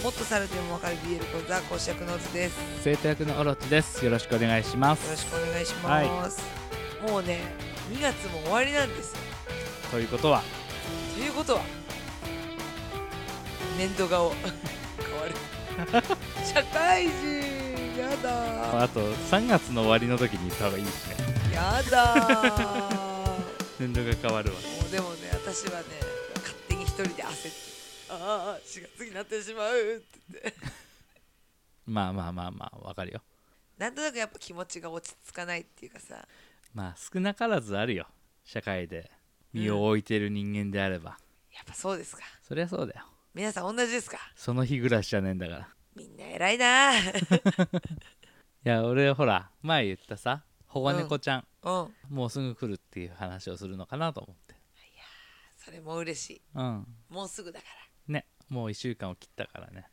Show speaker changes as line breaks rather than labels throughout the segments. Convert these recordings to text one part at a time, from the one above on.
フットサルでもわかる BL 講座講師役の図ですよ
生徒役のオロチですよろしくお願いします
ろしくお願いします、もうね2月も終わりなんですよ
ということは
ということは年度がお変わる社会人やだ
あと3月の終わりの時に行った方がいいしね
やだ
年度が変わるわ
もうでもね私はね勝手に一人で焦ってああ4月になってしまうって言って
まあまあまあまあわかるよ
なんとなくやっぱ気持ちが落ち着かないっていうかさ
まあ少なからずあるよ社会で身を置いてる人間であれば、
やっぱそうですか
そりゃそうだよ
皆さん同じですか
その日暮らしじゃねえんだからい
みんな偉いな
や俺ほら前言ったさ保護猫ちゃん、
うん
もうすぐ来るっていう話をするのかなと思って
それも嬉しい
うん
もうすぐだから
ねもう1週間を切ったからね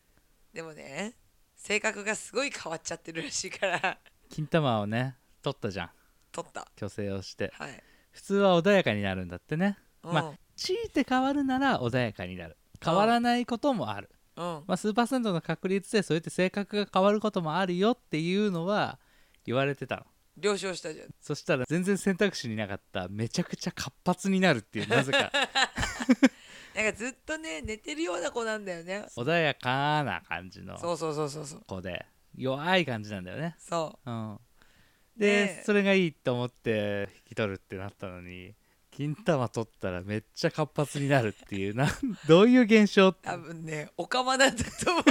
でもね性格がすごい変わっちゃってるらしいから
金玉をね取ったじゃん
取った
虚勢をして
はい、
普通は穏やかになるんだってね
うん
まあ強いて変わるなら穏やかになる変わらないこともある
うん
まあ、数パーセントの確率でそうやって性格が変わることもあるよっていうのは言われてたの
了承したじゃん
そしたら全然選択肢になかっためちゃくちゃ活発になるっていうなぜか
なんかずっとね寝てるような子なんだよね
穏やかな感じの
そうそうそうそうそう
子で弱い感じなんだよね、
そ
うん、で、
ねえ
それがいいと思って引き取るってなったのに金玉取ったらめっちゃ活発になるっていうなんどういう現象
う多分ねおかまなんだと思う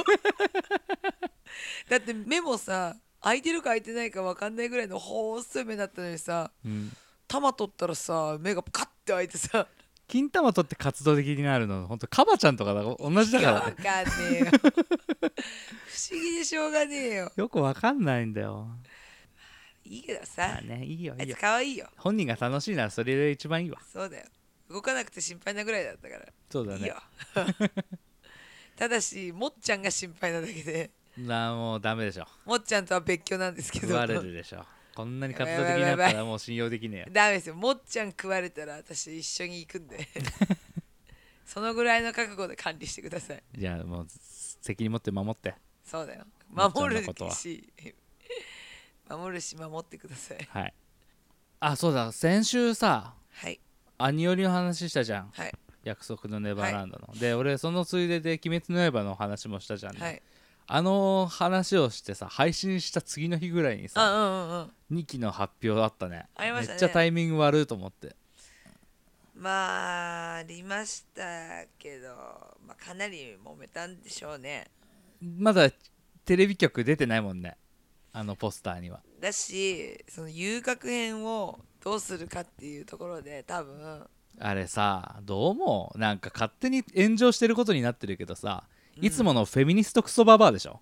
だって目もさ開いてるか開いてないか分かんないぐらいの細い目だったのにさ
うん
玉取ったらさ目がカッて開いてさ
金玉取って活動的になるのほんとカバちゃんとかだ同じだからね
わかんねえよ 不思議でしょうがねえよ
よくわかんないんだよ
いいけど
ま
さ
あねいいよ
あ
い
い
い
つ
よ
可愛いよ
本人が楽しいならそれで一番いいわ
そうだよ動かなくて心配なぐらいだったから
そうだ
いい
ね
よ ただしもっちゃんが心配なだけで
なあもうダメでしょ
もっちゃんとは別居なんですけど
食われるでしょこんなに活動的になったらもう信用できねえよ
ダメですよもっちゃん食われたら私一緒に行くん でそのぐらいの覚悟で管理してください
じゃあもう責任持って守って
そうだよ
もっちゃん
守
の
る
ことは
し守るし守ってください
はいあそうだ先週さ
はい
アニオリの話したじゃん
はい
約束のネバーランドの、で俺そのついでで「鬼滅の刃」の話もしたじゃんね、
はい
あの話をしてさ配信した次の日ぐらいに
あ
さ
うんうんうん
2期の発表あったね
ありましたね
めっちゃタイミング悪いと思って
まあありましたけど、まあ、かなり揉めたんでしょうね
まだテレビ局出てないもんねあのポスターには
だしその遊郭編をどうするかっていうところで多分
あれさどうもなんか勝手に炎上してることになってるけどさいつものフェミニストクソババアでしょ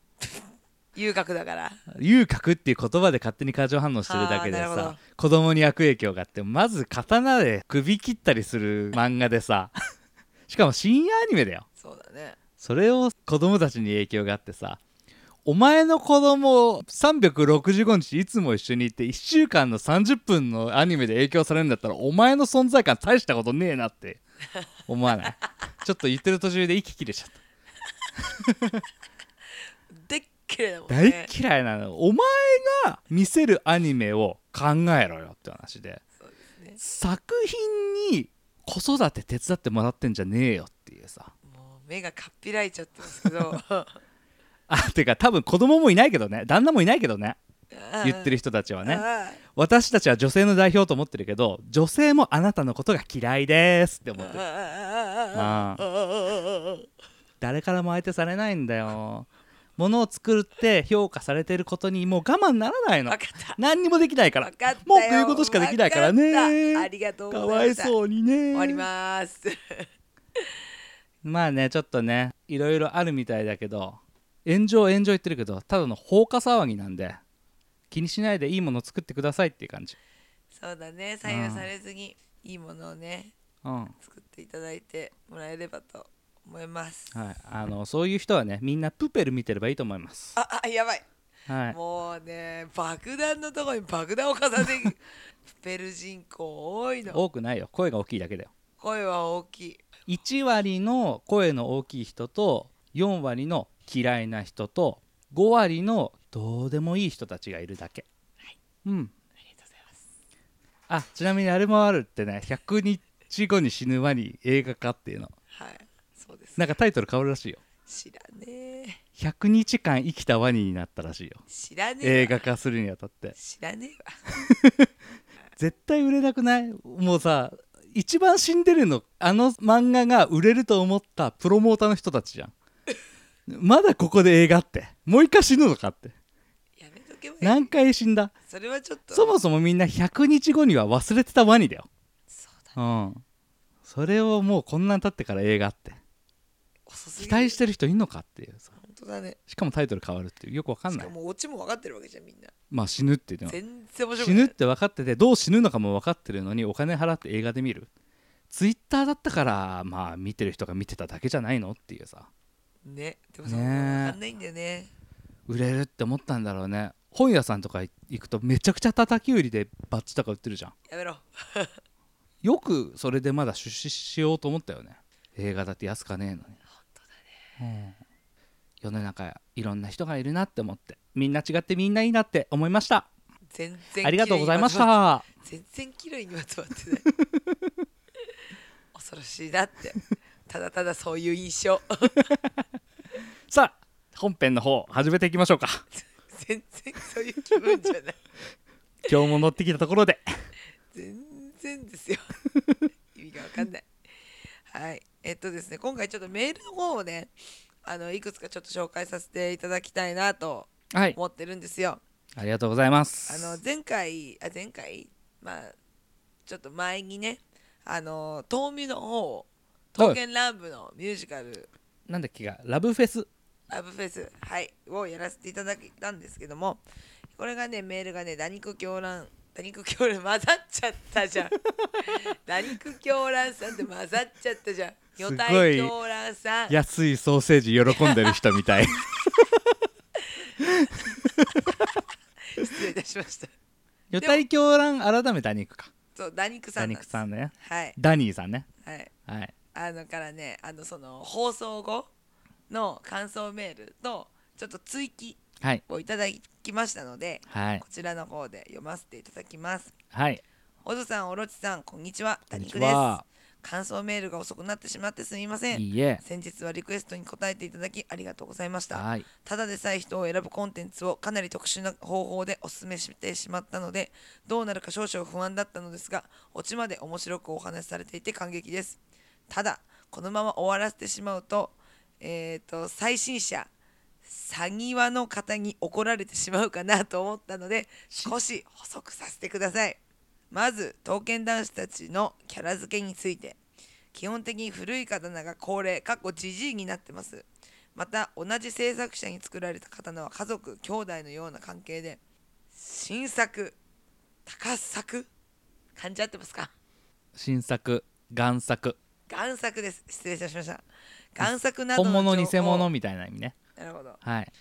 遊郭だから
遊郭っていう言葉で勝手に過剰反応してるだけで
あーなるほ
さ
ど
子供に悪影響があってまず刀で首切ったりする漫画 でさしかも深夜アニメだよ
そうだね
それを子供たちに影響があってさお前の子供365日いつも一緒にいて1週間の30分のアニメで影響されるんだったらお前の存在感大したことねえなって思わないちょっと言ってる途中で息切れちゃった
でっけえだもん
大
ね
っ嫌いなのお前が見せるアニメを考えろよって話で
そうですね
作品に子育て手伝ってもらってんじゃねえよっていうさ
もう目がかっぴらいちゃってますけど
あてか多分子供もいないけどね旦那もいないけどね言ってる
人
人たちはね
ね
私たちは女性の代表と思ってるけど女性もあなたのことが嫌いですって思ってるあ誰からも相手されないんだよ物を作るって評価されてることにもう我慢ならないの
分かった
何にもできないから
分かったよ
文句言うことしかできないからね
わかったありがとう
か
ござ
わ
い
い
ました
そうにね
終わります
まあねちょっとねいろいろあるみたいだけど炎上炎上言ってるけどただの放火騒ぎなんで気にしないでいいもの作ってくださいっていう感じ
そうだね左右されずにいいものをね
うん
作っていただいてもらえればと思います
はい、あのそういう人はねみんなプペル見てればいいと思います。
ああやばい
はい、
もうね爆弾のところに爆弾を重ね てプペル人口多いの
多くないよ声が大きいだけだよ。
声は大きい
1割の声の大きい人と4割の嫌いな人と5割のどうでもいい人たちがいるだけ、うん
ありがとうございます
あちなみにあれもあるってね100日後に死ぬワニ映画化っていうの
はいそうです
なんかタイトル変わるらしいよ
知らねえ
100日間生きたワニになったらしいよ
知らねえわ
映画化するにあたって
知らねえわ
絶対売れなくないもうさ一番死んでるのあの漫画が売れると思ったプロモーターの人たちじゃんまだここで映画ってもう一回死ぬのかって
やめとけばいい
何回死んだ
それはちょっと
そもそもみんな100日後には忘れてたワニだよ
そうだ
うんそれをもうこんなん経ってから映画って
遅すぎ
期
る
待してる人いんのかっていうさ
本当だね
しかもタイトル変わるっていうよくわかん
し
な
か
い
もオチも分かってるわけじゃんみんな
まあ死ぬっていうのは
全然面白く
死
ない
ぬって分かっててどう死ぬのかも分かってるのにお金払って映画で見るツイッターだったからまあ見てる人が見てただけじゃないのっていうさ
ねでもさ、
ねえ
分かんないんだよね
売れるって思ったんだろうね本屋さんとか行くとめちゃくちゃ叩き売りでバッジとか売ってるじゃん
やめろ
よくそれでまだ出資しようと思ったよね映画だって安かねえのに
本当だね
世の中いろんな人がいるなって思ってみんな違ってみんないいなって思いました
全然
ありがとうございまし
綺麗にまとまった全然綺麗にまとまってない恐ろしいなってただただそういう印象
さあ本編の方始めていきましょうか
全然そういう気分じゃない
今日も乗ってきたところで
全然ですよ意味が分かんないはいえっとですね今回ちょっとメールの方をねあのいくつかちょっと紹介させていただきたいなと
はい
思ってるんですよ
ありがとうございま
あ
す
の前回あ前回まあちょっと前にねあの東美の方を刀剣乱舞のミュージカル
なんだっけがラブフェス
ラブフェス、はい、をやらせていただいたんですけどもこれがねメールがね「打肉狂乱」「打肉狂乱」混ざっちゃった じゃん打肉狂乱さんって混ざっちゃったじゃん
ごい
女体狂乱さん
安いソーセージ喜んでる人みた い
失礼いたしました
女体狂乱改めダニクか
そう打肉さ
ダ
ん
ニ
なん
ク
です
さんね
はい
ダニーさんね
はい
はい
あのからねあのその放送後の感想メールとちょっと追記
はい
をいただきましたので
はい
こちらの方で読ませていただきます
はい
おぞさんおろちさんこんにちは
こ
ダ
んに
ニ
ち
クです
は
感想メールが遅くなってしまってすみません
いいえ
先日はリクエストに答えていただきありがとうございました
はい
ただでさえ人を選ぶコンテンツをかなり特殊な方法でお勧めしてしまったのでどうなるか少々不安だったのですがオチまで面白くお話しされていて感激ですただこのまま終わらせてしまうと,、えー、と最新者詐欺輪の方に怒られてしまうかなと思ったので少し補足させてくださいまず刀剣男子たちのキャラ付けについて基本的に古い刀が高齢かっこじじいになってますまた同じ制作者に作られた刀は家族兄弟のような関係で新作高作感じ合ってますか
新作贋作
贋作です失礼いたしました贋作などの
本物
情
偽
報
物みたいな意味ね
なるほど
はい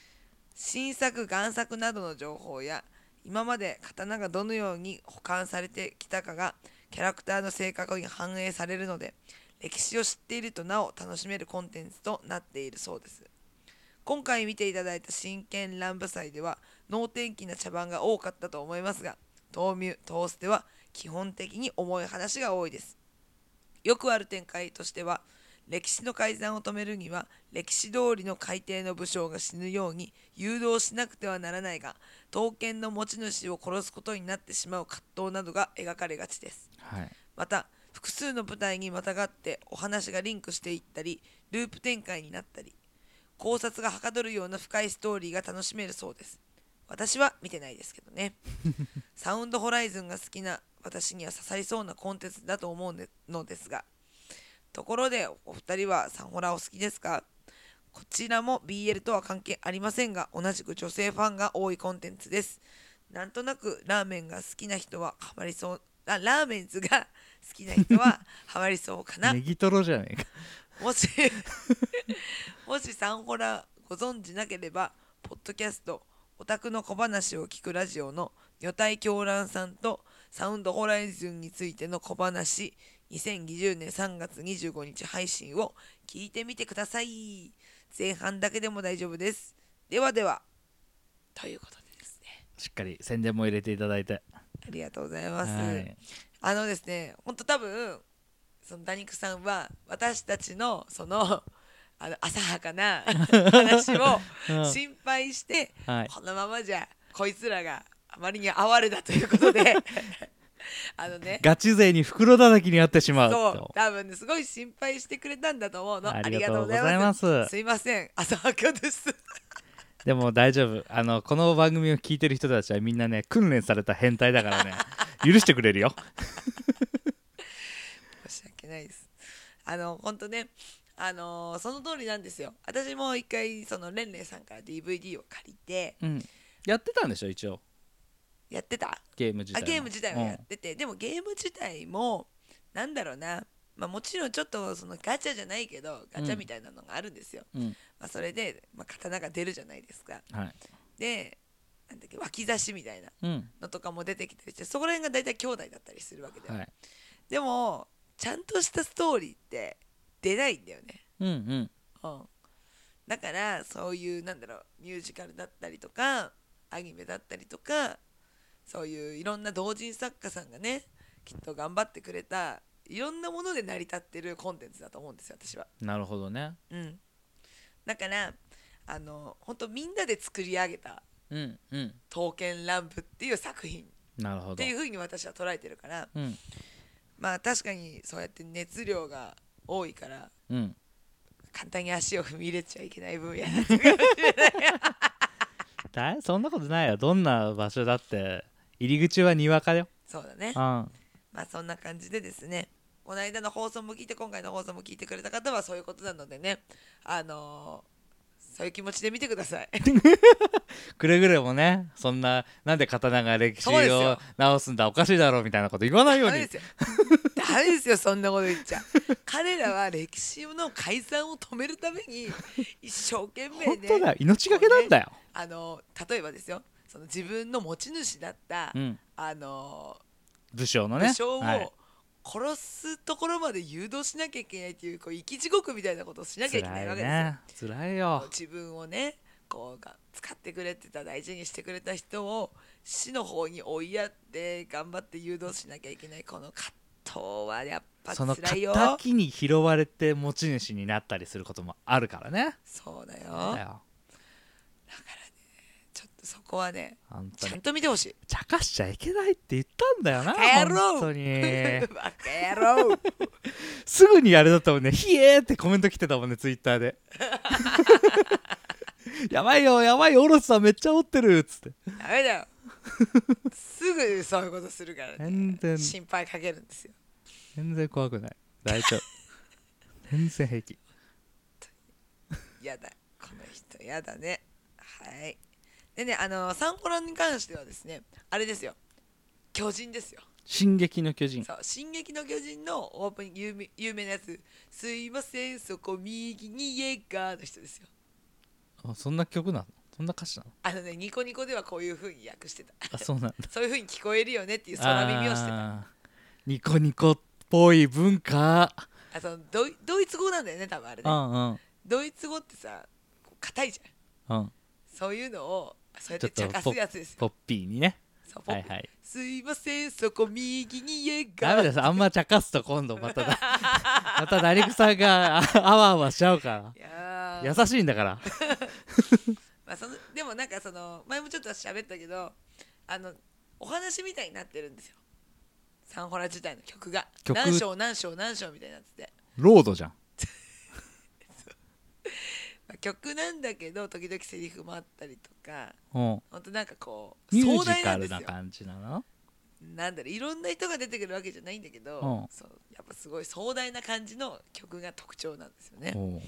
新作贋作などの情報や今まで刀がどのように保管されてきたかがキャラクターの性格に反映されるので歴史を知っているとなお楽しめるコンテンツとなっているそうです今回見ていただいた真剣乱舞祭では能天気な茶番が多かったと思いますが豆乳トーステは基本的に重い話が多いですよくある展開としては歴史の改ざんを止めるには歴史通りの海底の武将が死ぬように誘導しなくてはならないが刀剣の持ち主を殺すことになってしまう葛藤などが描かれがちです
はい
また複数の舞台にまたがってお話がリンクしていったりループ展開になったり考察がはかどるような深いストーリーが楽しめるそうです私は見てないですけどねサウンドホライズンが好きな私には刺さりそうなコンテンツだと思うのですがところでお二人はサンホラお好きですかこちらも BL とは関係ありませんが同じく女性ファンが多いコンテンツですなんとなくラーメンが好きな人はハマりそうあラーメンズが好きな人はハマりそうかな
ネギトロじゃねえか
もし もしサンホラご存知なければポッドキャスト「オタクの小話を聞くラジオ」の女体狂乱さんとサウンドホライズンについての小話2020年3月25日配信を聞いてみてください前半だけでも大丈夫ですではではということでですね
しっかり宣伝も入れていただいて
ありがとうございます、
はい
あのですねほんと多分そのダニクさんは私たちのその あの浅はか な話を
うん
心配して、
はい
このままじゃこいつらがあまりに哀れだということ であのね
ガチ勢に袋叩きにあってしまう
そう
と
多分ねすごい心配してくれたんだと思うの
あ
あ
り
りが
がと
と
う
う
ご
ご
ざ
ざ
い
い
ま
ますすすいません浅はかです
でも大丈夫あのこの番組を聞いてる人たちはみんなね訓練された変態だ からね許してくれるよ
申し訳ないですあの本当ねあのーその通りなんですよ私も一回そのレンレンさんから DVD を借りて
うんやってたんでしょ一応
やってた
ゲーム自体
あ
も
ゲーム自体はや
うん
ってて、でもゲーム自体もなんだろうな、まあ、もちろんちょっとそのガチャじゃないけどガチャみたいなのがあるんですよ、
うん
まあ、それで、まあ、刀が出るじゃないですか
はい
でなんだっけ脇差しみたいな
うん
のとかも出てきたりしてそこら辺が大体兄弟だったりするわけで、
はい
でもちゃんとしたストーリーって出ないんだよね、
うんうん
うん、だからそういうなんだろうミュージカルだったりとかアニメだったりとかそういういろんな同人作家さんがねきっと頑張ってくれたいろんなもので成り立ってるコンテンツだと思うんですよ私は。
なるほどね
うん、だからあの本当みんなで作り上げた
うんうん
「刀剣乱舞」っていう作品
なるほど
っていう風に私は捉えてるから
うん
まあ確かにそうやって熱量が多いから
うん
簡単に足を踏み入れちゃいけない分野
だいそんなことないよどんな場所だって入り口はにわかよ
そうだね
うん
まあそんな感じでですねこの間の放送も聞いて今回の放送も聞いてくれた方はそういうことなのでねあのーそういう気持ちで見てください
くれぐれもねそんななんで刀が歴史
そうです
を
よ
直すんだおかしいだろうみたいなこと言 わないよう
ダメ
に
ですよダメですよそんなこと言っ ちゃ彼らは歴史の改ざんを止めるために一生懸命
本
ね
当だよ命がけなんだよ、
あのー例えばですよその自分の持ち主だった、
うん
あのー
武将のね
武将を
はい
殺すところまで誘導しなきゃいけないというこう生き地獄みたいなことをしなきゃいけないわけ
辛い
ですよ
ね。辛
こう
いよ
自分をねこうが使ってくれてた大事にしてくれた人を死の方に追いやって頑張って誘導しなきゃいけないこの葛藤はやっぱ
その
辛いよ。
敵に拾われて持ち主になったりすることもあるからね
そうだよ。
だよ
ちょっとそこはね
本当
ちゃ
に
んと見てほしい。
茶化しちゃいけないって言ったんだよな
やろう
本当に
バカ野郎。
すぐにあれだったもんね「ひえー」ってコメント来てたもんねツイッタ ーでやばいよやばいよオロスさんめっちゃ折ってるっつって
ダメだよ。すぐそういうことするから
全然
ね。心配かけるんですよ。
全然怖くない 大丈夫全然平気
やだこの人やだねはいでねあのサンコラに関してはですねあれですよ巨人ですよ
「進撃の巨人
そう「進撃の巨人」のオープニング有名有名なやつ「すいませんそこ右に家が」の人ですよ」
あそんな曲なのそんな歌詞なの
あのねニコニコではこういう風に訳してた
あそうなんだ
そういう風に聞こえるよねっていう空耳をしてたあ
あーニコニコっぽい文化
そのドイドイツ語なんだよね多分あれ
う
ね
んうん
ドイツ語ってさこう硬いじゃん
うん
そういうのをそうやっ
ち
て
ょっ
茶
と
化すやつですよ
ポッピーにね
そうポ
は
ッ
い
プ
はい
すいませんそこ右に家
ダ
が
メですあんま茶化すと今度 まただまたダリクさんがああわあわしちゃうか
いや
ら
ー
優しいんだから
まあ、そのでもなんかその前もちょっと喋ったけどあのお話みたいになってるんですよサンホラ自体の曲が
曲
何章何章何章みたいになってて、
ロードじゃん
まあ曲なんだけど時々セリフもあったりとか
うん
ほんとなんかこう
ミュ
壮
ージ
大な
カ
んで
ル
すよ
な感じなの
なんだろういろんな人が出てくるわけじゃないんだけど、
うん
そうやっぱすごい壮大な感じの曲が特徴なんですよね
おう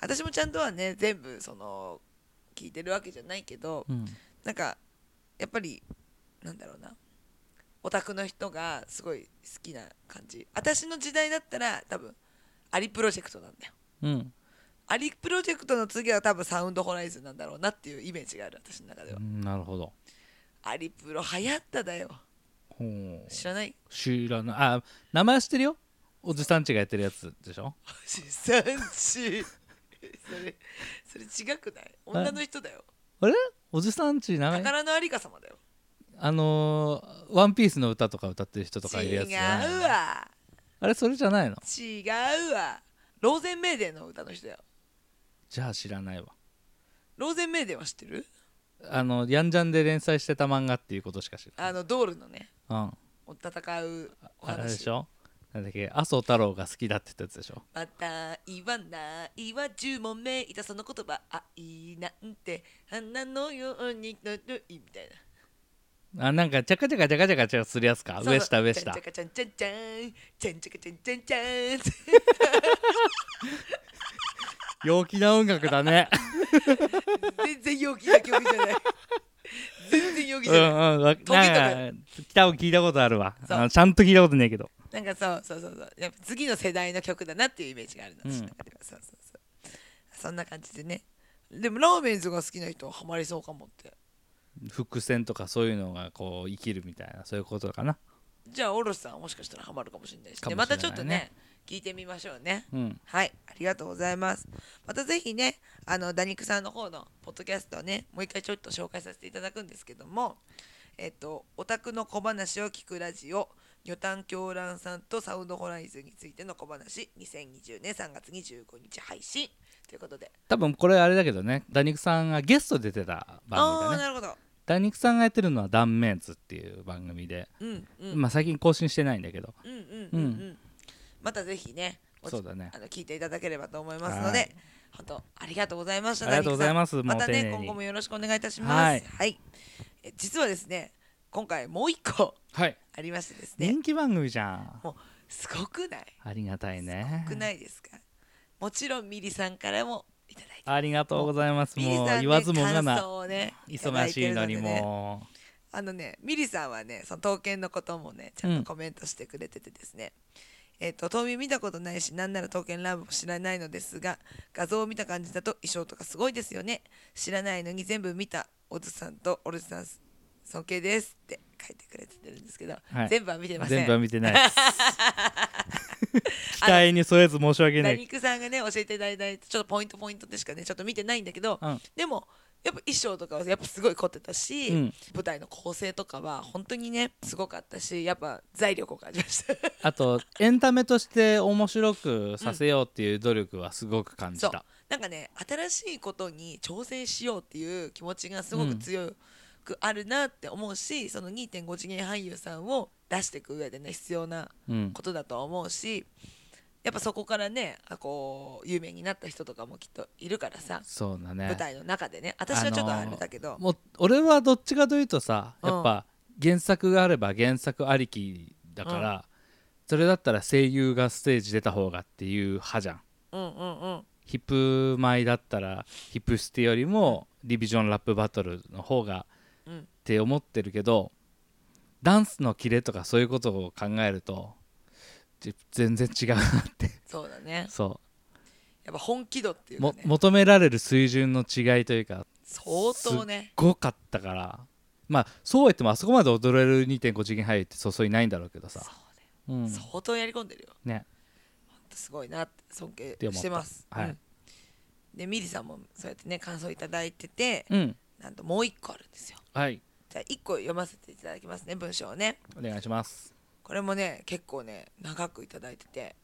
私もちゃんとはね全部その聞いてるわけじゃないけど、
うん
なんかやっぱりなんだろうなオタクの人がすごい好きな感じ私の時代だったら多分アリプロジェクトなんだよ
うん
アリプロジェクトの次は多分サウンドホライズンなんだろうなっていうイメージがある私の中では、
うんなるほど
アリプロ流行っただよ
ほう
知らない
知らないあ名前は知ってるよおじさんちがやってるやつでしょ
おじさんち それそれ違くない女の人だよ
あれおじさんち長い
宝のありか様だよ
あのーワンピースの歌とか歌ってる人とかいる
違
やつじゃないう
わ
あれそれじゃないの
違うわローゼンメーデンの歌の人だよ
じゃあ知らないわ
ローゼンメーデンは知ってる
あのヤンジャンで連載してた漫画っていうことしか知ら
あのドールのね
ないうん
お戦うお
あれで
話
しょなんだっけ麻生太郎が好きだって言ったやつでしょ
また言わないは10問目いたその言葉愛なんて花のようになるみたいな
あなんかチャカチャカチャカチャカチャカするやつか
そうそう
上下上下
ちゃんちゃかちゃんちゃんちゃんちゃんちゃかちゃんちゃんちゃん
陽気な音楽 だね
全然陽気な曲じゃ ない全然陽気
う
じ
ん
ゃ
う
ない、
んわ
トゲトゲ
なんか多分聞いたことあるわ
そう
あのちゃんと聞いたことねえけど
なんかそうそうそうそうやっぱ次の世代の曲だなっていうイメージがあるの、
うん
私の中ではそうそうそうそんな感じでねでもラーメンズが好きな人はハマりそうかもって
伏線とかそういうのがこう生きるみたいなそういうことかな
じゃあおろしさんはもしかしたらハマるかもしれないし,、ね
かもしれな
ま
いね
たちょっとね聞いてみましょうね
うん
はいありがとうございますまたぜひねあのダニクさんの方のポッドキャストをねもう一回ちょっと紹介させていただくんですけどもえっとオタクの小話を聞くラジオ女短狂乱さんとサウンドホライズンについての小話2020年3月25日配信ということで、
多分これあれだけどねダニクさんがゲストで出てた番
あ
組
あー
だね
なるほど
ダニクさんがやってるのは「断面図」っていう番組で、
うんうん
まあ最近更新してないんだけど
うんうんうんうん、またぜひねお
そうだね
あの聞いていただければと思いますの
はい
で本当ありがとうございました
ありがとうございます
ダニクさんまた
もう丁
ね
寧に
今後もよろしくお願いいたしますは
はいい、
え実はですね今回もう一個
はい
ありましてですね
人気番組じゃん
もうすごくない
ありがたいね
すごくないですかもちろんミリさんからもいただいて
ありがとうございます
ミリ
もう
さん、ね、
言わずもが
感
な
想をねいただ
忙
い
してい
る
の
で
に
ね
も
あのね、ミリさんはね、その刀剣のこともね、ちゃんとコメントしてくれててですね。えっ、と、冬眠見たことないし、なんなら刀剣ラブも知らないのですが、画像を見た感じだと衣装とかすごいですよね。知らないのに全部見たおずさんとおるさん尊敬ですって書いてくれててるんですけど、
はい
全部は見てません。
全部は見てない です期待に添えず申し訳な
ダ
い
ニクさんがね、教えていただいた、ちょっとポイントポイントでしかね、ちょっと見てないんだけど、
うん
でも、やっぱ衣装とかはやっぱすごい凝ってたし、
うん
舞台の構成とかは本当にねすごかったしやっぱ財力を感じました
あとエンタメとして面白くさせようっていう努力はすごく感じ
そう
た、
なんかね新しいことに挑戦しようっていう気持ちがすごく強くあるなって思うし、その2.5次元俳優さんを出していく上でね必要な
うん
ことだとは思うしやっぱそこからねあこう有名になった人とかもきっといるからさ
そうだね
舞台の中でね私はちょっとあれだけど、
もう俺はどっちかというとさ
うん
やっぱ原作があれば原作ありきだから、それだったら声優がステージ出た方がっていう派じゃん
うんうんうん
ヒップ舞だったらヒップステよりもディビジョンラップバトルの方が
う
っ
ん
て思ってるけど、ダンスのキレとかそういうことを考えるとじ全然違う なって
そうだね
そ
やっぱ本気度っていう
う
か
も
ね
求められる水準の違いというか
相当ね
すっごかったからまあそうは言ってもあそこまで踊れる2.5次元俳優ってそうそういないんだろうけどさ
そう
う
ね
ん
相当やり込んでるよ
ね
すごいなって尊敬
て思った
してます、
は
う
い
んでミリさんもそうやってね感想いただいてて、
うん
なんともう一個あるんですよ
はい
じゃあ一個読ませていただきますね文章をね
お願いします
これもね結構ね長くいただいてて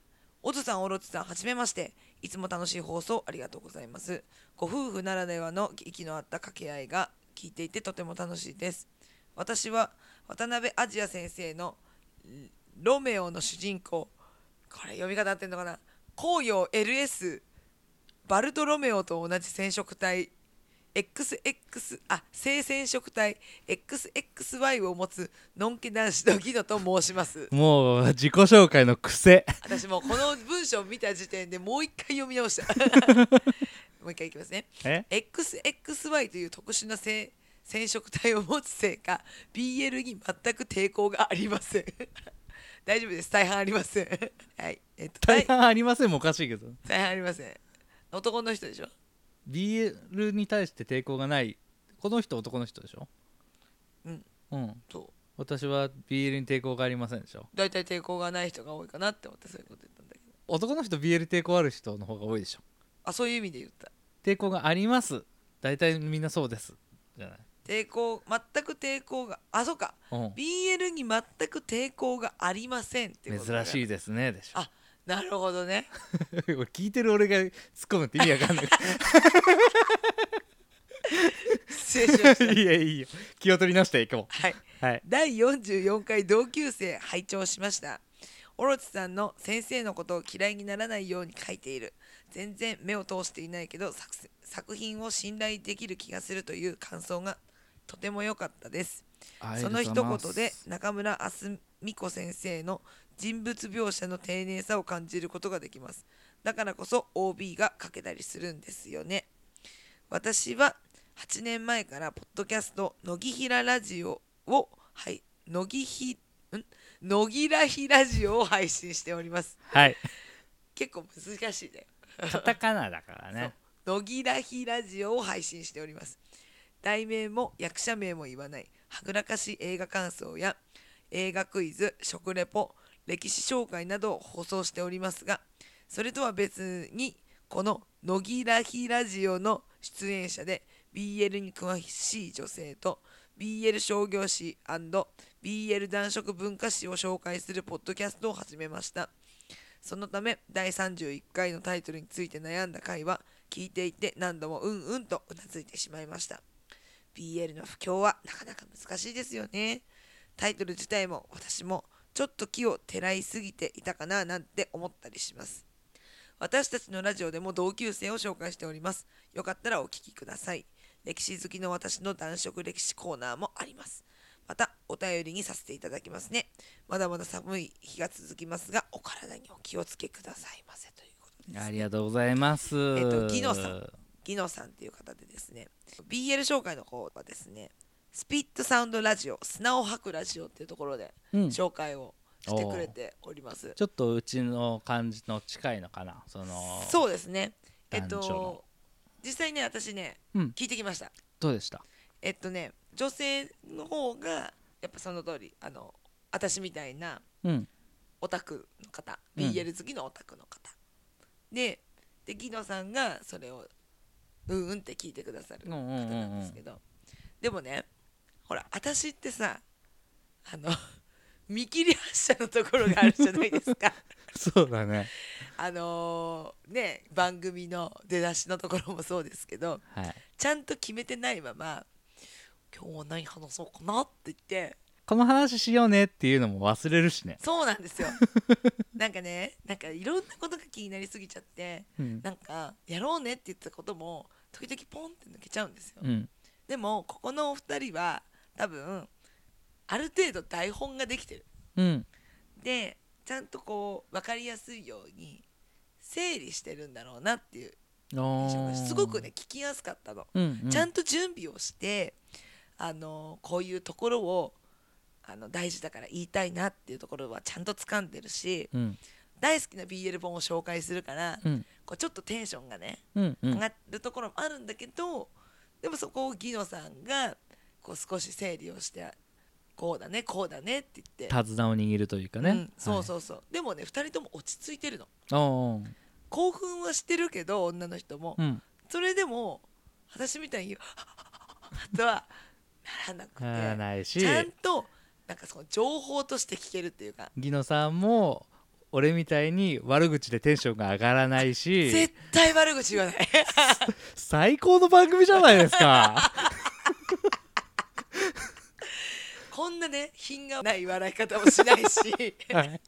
おずさんおろつさんはじめましていつも楽しい放送ありがとうございますご夫婦ならではの息の合った掛け合いが聞いていてとても楽しいです私は渡辺アジア先生のんロメオの主人公これ読み方合ってんのかな紅葉 LS バルトロメオと同じ染色体 XX あ性染色体 XXY を持つのんけ男子のギノと申します
もう自己紹介の癖
私もうこの文章を見た時点でもう一回読み直した もう一回いきますね
え
XXY という特殊な性染色体を持つせいか BL に全く抵抗がありません 大丈夫です大半ありません はいえっと
大
大
半ありませんもおかしいけど
大半ありません男の人でしょ
BL に対して抵抗がないこの人男の人でしょ
うん
うん
そう
私は BL に抵抗がありませんでしょ
大体抵抗がない人が多いかなって思ってそういうこと言ったんだけど
男の人 BL 抵抗ある人の方が多いでしょ
あそういう意味で言った
抵抗があります大体みんなそうですじゃない、
抵抗全く抵抗があそうか
うん
BL に全く抵抗がありませんってこと
珍し
い
いですねでしょ
あなるほどね
俺聞いてる俺が突っ込むって意味わかんない
失礼しました
いやいいよ気を取り直していこ
はい、
うはい
第44回同級生拝聴しましたオロチさんの先生のことを嫌いにならないように書いている全然目を通していないけど作せ作品を信頼できる気がするという感想がとても良かったですその一言で中村あすみ子先生の人物描写の丁寧さを感じることができますだからこそ OB が書けたりするんですよね私は8年前からポッドキャスト「乃木ひらラジオを」はい乃木ひん乃木らひラジオを配信しております
はい
結構難しいね
カタカナだからね
そう乃木らひラジオを配信しております題名も役者名も言わないはぐらかしい映画感想や映画クイズ食レポ歴史紹介などを放送しておりますがそれとは別にこの乃木らひラジオの出演者で BL に詳しい女性と BL 商業誌 &BL 男色文化誌を紹介するポッドキャストを始めましたそのため第31回のタイトルについて悩んだ回は聞いていて何度もうんうんとうなずいてしまいました BL の不況はなかなか難しいですよねタイトル自体も私もちょっと気をてらいすぎていたかななんて思ったりします私たちのラジオでも同級生を紹介しておりますよかったらお聞きください歴史好きの私の男色歴史コーナーもありますまたお便りにさせていただきますねまだまだ寒い日が続きますがお体にお気をつけくださいませということです
ありがとうございますえ
えっとギノさんギノさんっていう方でですね BL 紹介の方はですねスピットサウンドラジオ砂を吐くラジオっていうところで
うん
紹介をしてくれております、
ちょっとうちの感じの近いのかなその
そうですねえっ
男女の
と実際ね私ね、
うん
聞いてきました
どうでした
えっとね女性の方がやっぱその通りあの私みたいな
うん
オタクの方
うん
BL 好きのオタクの方、ででギノさんがそれをうんうんって聞いてくださる
うんうん
方なんですけど、でもねほら私ってさあの 見切り発車のところがあるじゃないです か
そうだね
あのーね番組の出だしのところもそうですけど
はい
ちゃんと決めてないまま今日は何話そうかなって言って
この話しようねっていうのも忘れるしね
そうなん ですよなんかねなんかいろんなことが気になりすぎちゃって
うん
なんかやろうねって言ってたことも時々ポンって抜けちゃうんですよ、
うん
でもここのお二人は多分ある程度台本ができてる
うん
でちゃんとこう分かりやすいように整理してるんだろうなっていう印象が
あー
すごくね聞きやすかったの、
うんうん
ちゃんと準備をしてあのこういうところをあの大事だから言いたいなっていうところはちゃんと掴んでるし
うん
大好きな BL 本を紹介するから、
うん
こうちょっとテンションがね
うんう
上
ん
がるところもあるんだけど、でもそこをギノさんがこう少し整理をしてこうだねこうだねって言って、
手綱を握るというかね、
うん、そう
う
そうそう、でもね2人とも落ち着いてるの
おー
興奮はしてるけど女の人も、
うん
それでも私みたいに「とはならなく
なら
て
ないし
ちゃんとなんかその情報として聞けるっていうか
ギノさんも俺みたいに悪口でテンションが上がらないし
絶対悪口言わない
最高の番組じゃないですか
こんなね品がない笑い方もしないし
はい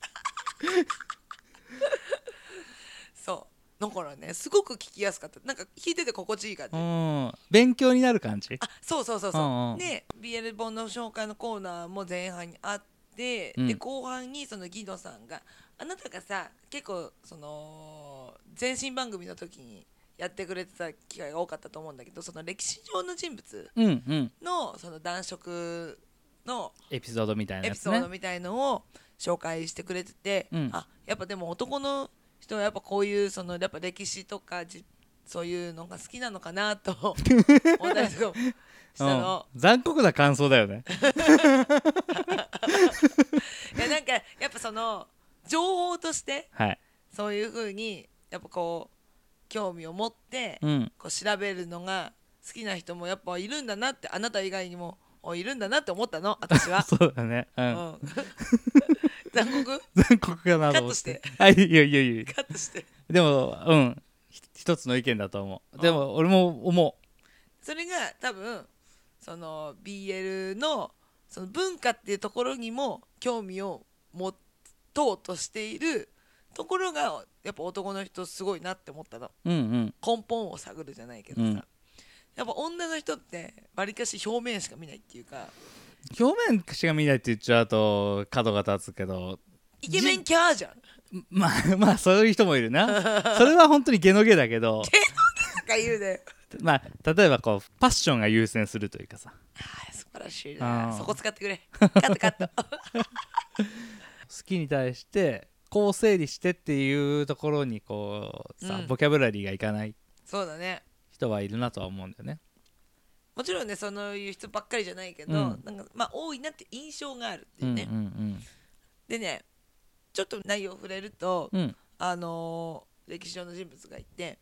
そうだからねすごく聞きやすかったなんか聞いてて心地いい感じ、
うん勉強になる感じ
あそうそうそうそう、
うんうん
で BL 本の紹介のコーナーも前半にあって、
うん
で後半にそのギドさんがあなたがさ結構その前身番組の時にやってくれてた機会が多かったと思うんだけどその歴史上の人物
うんうん
のその男色の
エピソードみたいな
エ
や
ピ
つ
ソー
ね
ドみたいのを紹介してくれてて、
うん
あやっぱでも男の人はやっぱこういうそのやっぱ歴史とかじそういうのが好きなのかなと 思ったりとかもしたの。
うん、残酷な感想だよね
いやなんかやっぱその情報として
はい
そういう風にやっぱこう興味を持って
うん
こう調べるのが好きな人もやっぱいるんだなってあなた以外にもおいるんだなって思ったの私 は。
そうだねう
うん ん、残酷
全国かなと思っ
カッ
て
ト
あいいよいいよいいよ
カットして
でもうんひ一つの意見だと思うでも俺も思
それが多分その BL のその文化っていうところにも興味を持とうとしているところがやっぱ男の人すごいなって思ったの
ううんうん
根本を探るじゃないけどさ、
うん
やっぱ女の人ってわりかし表面しか見ないっていうか
表面しか見ないって言っちゃうと角が立つけど
イケメンキャーじゃん
まあ まあそういう人もい るなそれは本当にゲノゲだけど
とか言う で、
まあ例えばこうパッションが優先するというかさ
あー素晴らしい
あ
な
ー
そこ使ってくれカットカット
好きに対してこう整理してっていうところにこうさ、
うん
ボキャブラリーがいかない
そうだね
人はいるなとは思うんだよね
もちろんねそのいう人ばっかりじゃないけど、
うん
なんかまあ多いなって印象があるっていうね、
うんうん
でねちょっと内容触れると、
うんうん
あのー歴史上の人物がいて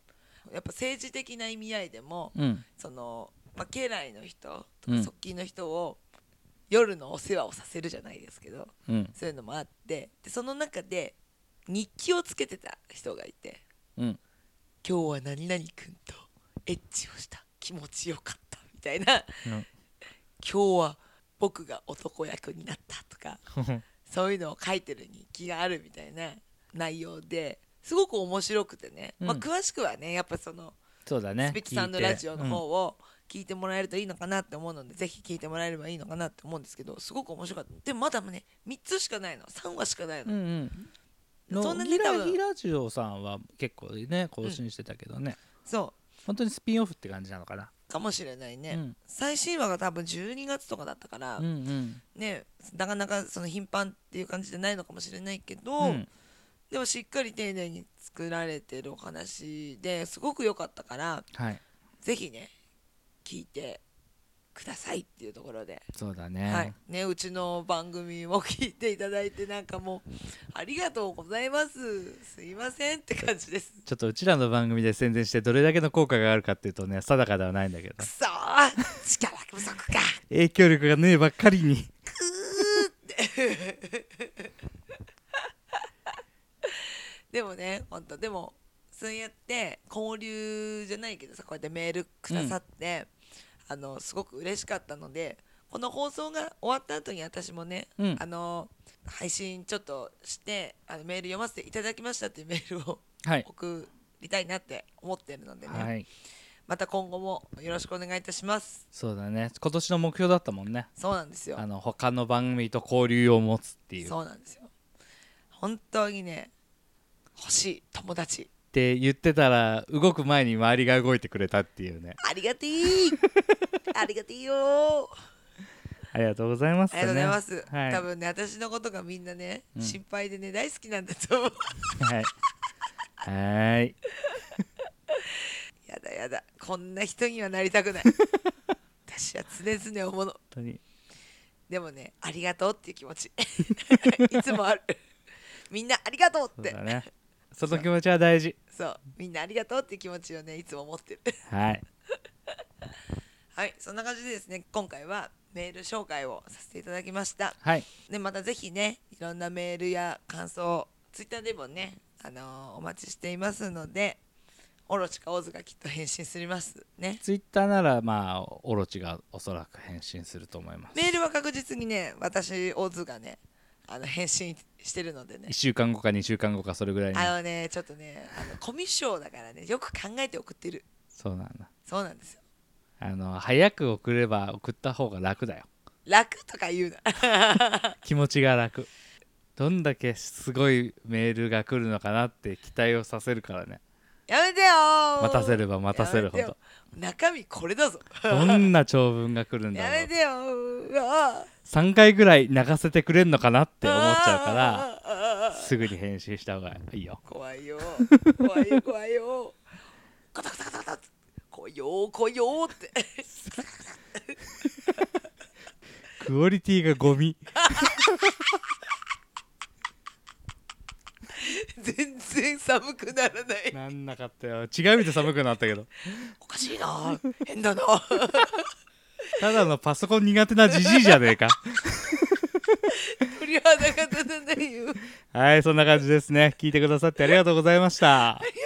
やっぱ政治的な意味合いでも
うん
その、まあ、家来の人とか
うん
側近の人を夜のお世話をさせるじゃないですけど
うん
そういうのもあってでその中で日記をつけてた人がいて
うん
「今日は何々君とエッチをした気持ちよかった」みたいな
うん
「今日は僕が男役になった」とかそういうのを書いてる日記があるみたいな内容ですごく面白くてね、
うん
まあ、詳しくはねやっぱその
そうだね
スピキさんのラジオの方
を
を聞いてもらえるといいのかなって思うので、ぜひ聞いてもらえればいいのかなって思うんですけどすごく面白かったでもまだね3つしかないの3話しかない
うん
の、
うんの
そんなに
ギ
多
ラ
分
ギラジオさんは結構ね更新してたけどね、
そ
本当にスピンオフって感じなのかな、
うかもしれないね、
うん
最新話が多分12月とかだったから、
うんうん
ねなかなかその頻繁っていう感じじゃないのかもしれないけど、
うん
でもしっかり丁寧に作られてるお話ですごく良かったから
はい
ぜひね聞いてくださいっていうところで、
そうだね、
はいね、うちの番組も聞いていただいてなんかもうありがとうございますすいませんって感じです
ちょっとうちらの番組で宣伝してどれだけの効果があるかっていうとね定かではないんだけど
くそー力不足か
影響力がねえばっかりに
でもねほんとでもそうやって交流じゃないけどさこうやってメールくださって、あのすごく嬉しかったのでこの放送が終わった後に私もね、
うん
あの配信ちょっとしてあのメール読ませていただきましたっていうメールを
はい
送りたいなって思ってるのでね、
はい
また今後もよろしくお願いいたします
そうだね今年の目標だったもんね
そうなんですよ
あの他の番組と交流を持つっていうっ
そうなんですよ本当にね欲しい友達
て言ってたら動く前に周りが動いてくれたっていうね
ありがて ぃありがてぃよー
ありがとうございま
あ
す
りがとうございます、
はい
多分ね私のことがみんなね、
うん
心配でね大好きなんだと思う
はいはーい
やだやだこんな人にはなりたく ない私は常々思うの
本当に
でもねありがとうっていう気持ち いつもあるみんなありがとう
そ
っ
う
て
だねその気持ちは大事
そうみんなありがとうっていう気持ちをねいつも持ってる
はい
はい、そんな感じでですね、今回はメール紹介をさせていただきました。
はい
で、またぜひね、いろんなメールや感想、ツイッターでもね、あのーお待ちしていますので、オロチかオズがきっと返信すりますね。
ツイッターならまあオロチがおそらく返信すると思います
メールは確実にね、私、オズがね、あの返信してるのでね
1。週間後か2週間後かそれぐらいに
あのね、ちょっとね、あのコミュ障だからね、よく考えて送ってる。
そうなんだ
そうなんですよ。
あの早く送れば送った方が楽だよ
楽とか言うな。
気持ちが楽どんだけすごいメールが来るのかなって期待をさせるからね
やめてよー
待たせれば待たせるほど
やめてよ中身これだぞ。
どんな長文が来るんだ
や
ろ
め
う
てよーうわ
3回ぐらい流せてくれんのかなって思っちゃうから
ら
すぐに返信した方がいいよ
怖いよ怖いよ怖いよガタガタガタガタって来いよー来いよーって
クオリティがゴミ
全然然寒くならない
なんなかったよ違う意味で寒くなったけど
おかしいな変だな
ただのパソコン苦手なじじいじゃねえか
鳥肌が立たないよ
はいそんな感じですね聞いてくださってありがとうございました
あり